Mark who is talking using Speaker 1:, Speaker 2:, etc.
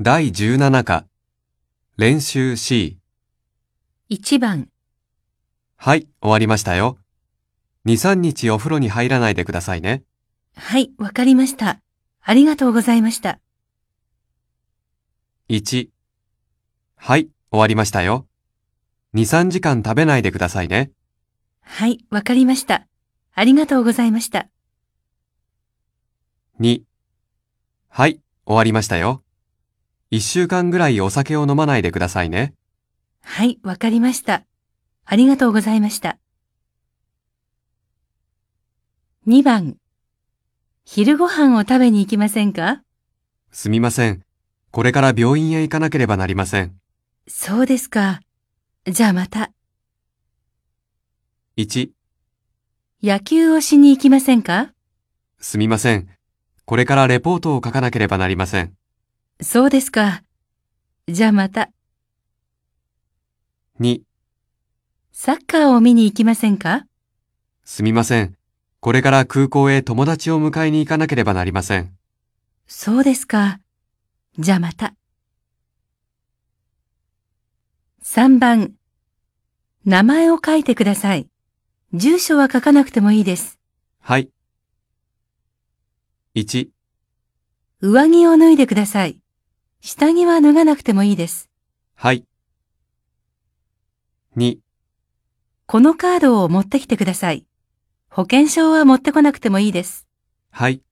Speaker 1: 第17課、練習 C。
Speaker 2: 1番、
Speaker 1: はい、終わりましたよ。2、3日お風呂に入らないでくださいね。
Speaker 2: はい、わかりました。ありがとうございました。
Speaker 1: 1。はい、終わりましたよ。2、3時間食べないでくださいね。
Speaker 2: はい、わかりました。ありがとうございました。
Speaker 1: 2。はい、終わりましたよ。1週間ぐらいお酒を飲まないでくださいね。
Speaker 2: はい、わかりました。ありがとうございました。2番、昼ご飯を食べに行きませんか
Speaker 1: すみません。これから病院へ行かなければなりません。
Speaker 2: そうですか。じゃあまた、
Speaker 1: 1。
Speaker 2: 野球をしに行きませんか
Speaker 1: すみません。これからレポートを書かなければなりません。
Speaker 2: そうですか。じゃあまた、
Speaker 1: 2。
Speaker 2: サッカーを見に行きませんか
Speaker 1: すみません。これから空港へ友達を迎えに行かなければなりません。
Speaker 2: そうですか。じゃあまた。3番。名前を書いてください。住所は書かなくてもいいです。
Speaker 1: はい。1、
Speaker 2: 上着を脱いでください。下着は脱がなくてもいいです。
Speaker 1: はい。2、
Speaker 2: このカードを持ってきてください。保険証は持ってこなくてもいいです。
Speaker 1: はい。